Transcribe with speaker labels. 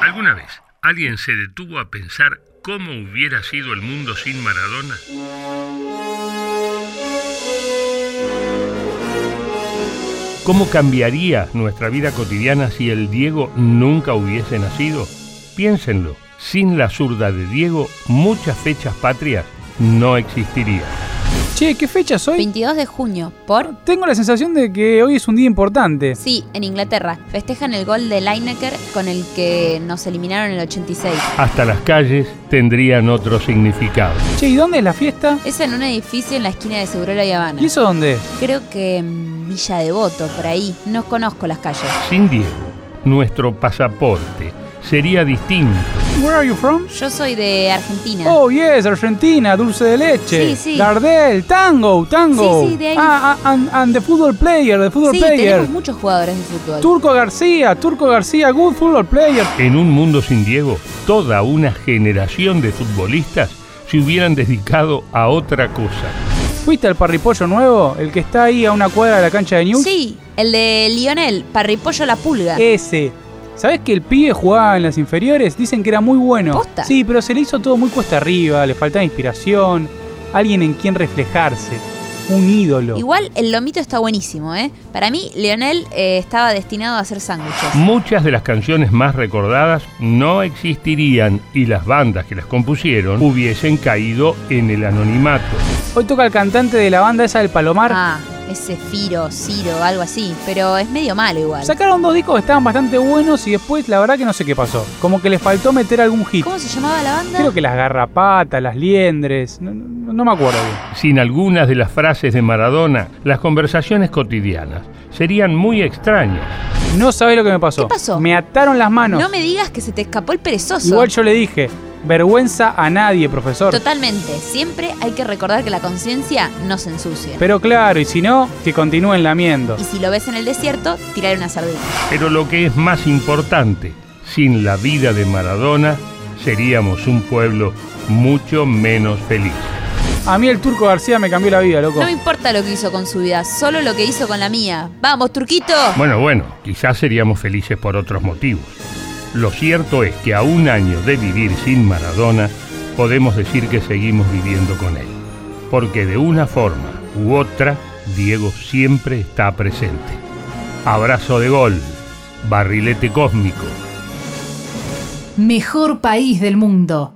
Speaker 1: ¿Alguna vez alguien se detuvo a pensar cómo hubiera sido el mundo sin Maradona? ¿Cómo cambiaría nuestra vida cotidiana si el Diego nunca hubiese nacido? Piénsenlo, sin la zurda de Diego, muchas fechas patrias no existirían.
Speaker 2: Che, ¿qué fecha es hoy?
Speaker 3: 22 de junio, por...
Speaker 2: Tengo la sensación de que hoy es un día importante.
Speaker 3: Sí, en Inglaterra. Festejan el gol de Lineker con el que nos eliminaron en el 86.
Speaker 1: Hasta las calles tendrían otro significado.
Speaker 2: Che, ¿y dónde es la fiesta?
Speaker 3: Es en un edificio en la esquina de Segurola y Habana.
Speaker 2: ¿Y eso dónde es?
Speaker 3: Creo que mm, Villa Devoto, por ahí. No conozco las calles.
Speaker 1: Sin Diego, nuestro pasaporte sería distinto.
Speaker 2: Where are you from?
Speaker 3: Yo soy de Argentina.
Speaker 2: Oh, yes, Argentina, dulce de leche.
Speaker 3: Sí, sí.
Speaker 2: Gardel, tango, tango.
Speaker 3: Sí, sí, de ahí.
Speaker 2: Ah, ah, and, and the football player, the football
Speaker 3: sí,
Speaker 2: player.
Speaker 3: tenemos muchos jugadores de fútbol.
Speaker 2: Turco García, Turco García, good football player.
Speaker 1: En un mundo sin Diego, toda una generación de futbolistas se hubieran dedicado a otra cosa.
Speaker 2: ¿Fuiste al parripollo nuevo? El que está ahí a una cuadra de la cancha de News.
Speaker 3: Sí, el de Lionel, Parripollo La Pulga.
Speaker 2: Ese. ¿Sabés que el pibe jugaba en las inferiores? Dicen que era muy bueno.
Speaker 3: ¿Posta?
Speaker 2: Sí, pero se le hizo todo muy cuesta arriba, le faltaba inspiración, alguien en quien reflejarse, un ídolo.
Speaker 3: Igual el lomito está buenísimo, ¿eh? Para mí, Leonel eh, estaba destinado a hacer sándwiches.
Speaker 1: Muchas de las canciones más recordadas no existirían y las bandas que las compusieron hubiesen caído en el anonimato.
Speaker 2: Hoy toca el cantante de la banda esa del Palomar.
Speaker 3: Ah, ese Firo, Ciro, algo así. Pero es medio malo igual.
Speaker 2: Sacaron dos discos que estaban bastante buenos y después la verdad que no sé qué pasó. Como que les faltó meter algún hit.
Speaker 3: ¿Cómo se llamaba la banda?
Speaker 2: Creo que las garrapatas, las liendres, no, no- no me acuerdo bien.
Speaker 1: Sin algunas de las frases de Maradona, las conversaciones cotidianas serían muy extrañas.
Speaker 2: No sabés lo que me pasó.
Speaker 3: ¿Qué pasó?
Speaker 2: Me ataron las manos.
Speaker 3: No me digas que se te escapó el perezoso.
Speaker 2: Igual yo le dije, vergüenza a nadie, profesor.
Speaker 3: Totalmente. Siempre hay que recordar que la conciencia no se ensucia.
Speaker 2: Pero claro, y si no, que continúen lamiendo.
Speaker 3: Y si lo ves en el desierto, tirar una sardina.
Speaker 1: Pero lo que es más importante, sin la vida de Maradona, seríamos un pueblo mucho menos feliz.
Speaker 2: A mí el turco García me cambió la vida, loco.
Speaker 3: No me importa lo que hizo con su vida, solo lo que hizo con la mía. ¡Vamos, Turquito!
Speaker 1: Bueno, bueno, quizás seríamos felices por otros motivos. Lo cierto es que a un año de vivir sin Maradona, podemos decir que seguimos viviendo con él. Porque de una forma u otra, Diego siempre está presente. Abrazo de gol, barrilete cósmico.
Speaker 4: Mejor país del mundo.